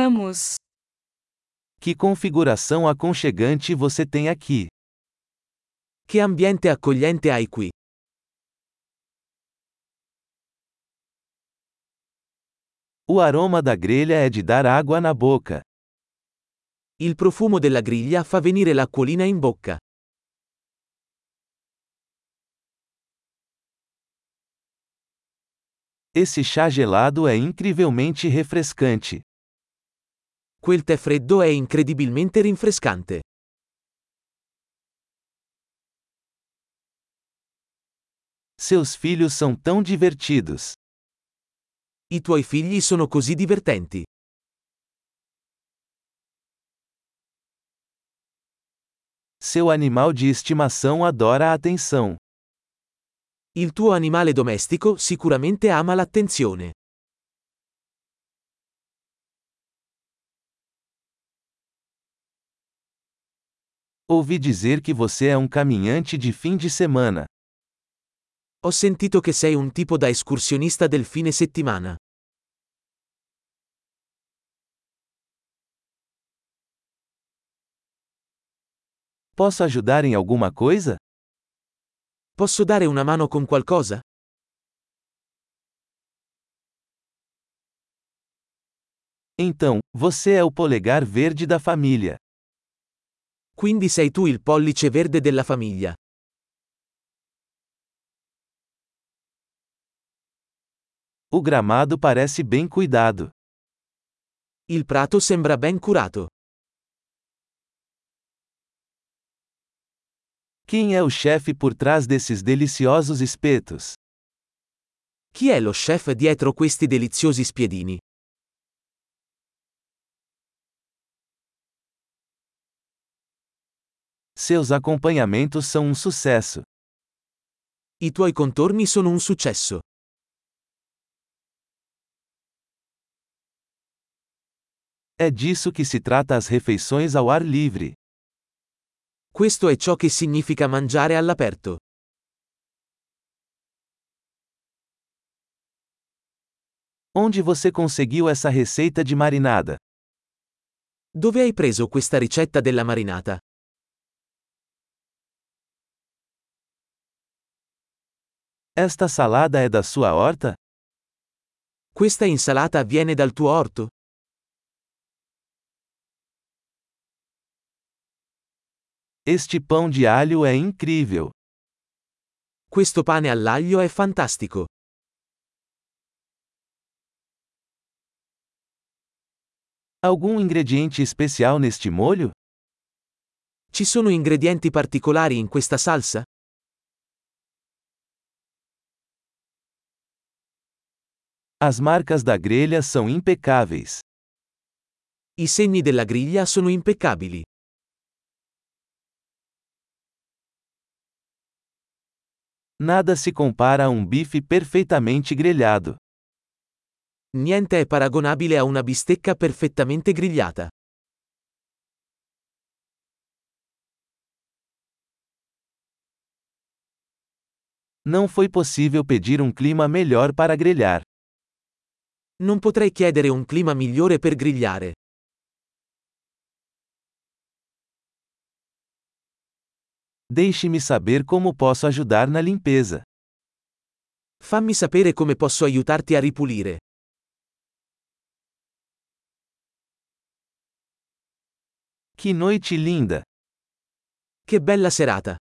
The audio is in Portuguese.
Vamos! Que configuração aconchegante você tem aqui. Che ambiente accogliente hai qui. O aroma da grelha é de dar água na boca. Il profumo della griglia fa venire l'acquolina in bocca. Esse chá gelado é incrivelmente refrescante. Quel tè freddo è incredibilmente rinfrescante. Seus filhos são tão divertidos. I tuoi figli sono così divertenti. Seu animal de estimação adora a atenção. Il tuo animale domestico sicuramente ama l'attenzione. Ouvi dizer que você é um caminhante de fim de semana. Ho sentito che sei un tipo da escursionista del fine settimana. Posso ajudar em alguma coisa? Posso dare una mano con qualcosa? Então, você é o polegar verde da família. Quindi sei tu il pollice verde della famiglia. O gramado parece bem cuidado. Il prato sembra ben curato. Quem é o chefe por trás desses deliciosos espetos? Chi è lo chef dietro questi deliziosi spiedini? Seus acompanhamentos são um sucesso. I tuoi contorni sono un successo. É disso que se trata as refeições ao ar livre. Questo è ciò che significa mangiare all'aperto. Onde você conseguiu essa receita de marinada? Dove hai preso questa ricetta della marinata? Esta salada é da sua horta? Questa insalata viene dal tuo orto? Este pão de alho é incrível. Questo pane all'aglio è fantastico. Algum ingrediente especial neste molho? Ci sono ingredienti particolari in questa salsa? As marcas da grelha são impecáveis. I segni della griglia sono impeccabili. Nada se compara a um bife perfeitamente grelhado. Niente è paragonabile a una bistecca perfettamente grigliata. Não foi possível pedir um clima melhor para grelhar. Non potrei chiedere un clima migliore per grigliare. Deixe-me saber como posso ajudar na limpeza. Fammi sapere come posso aiutarti a ripulire. Que noite linda! Che bella serata!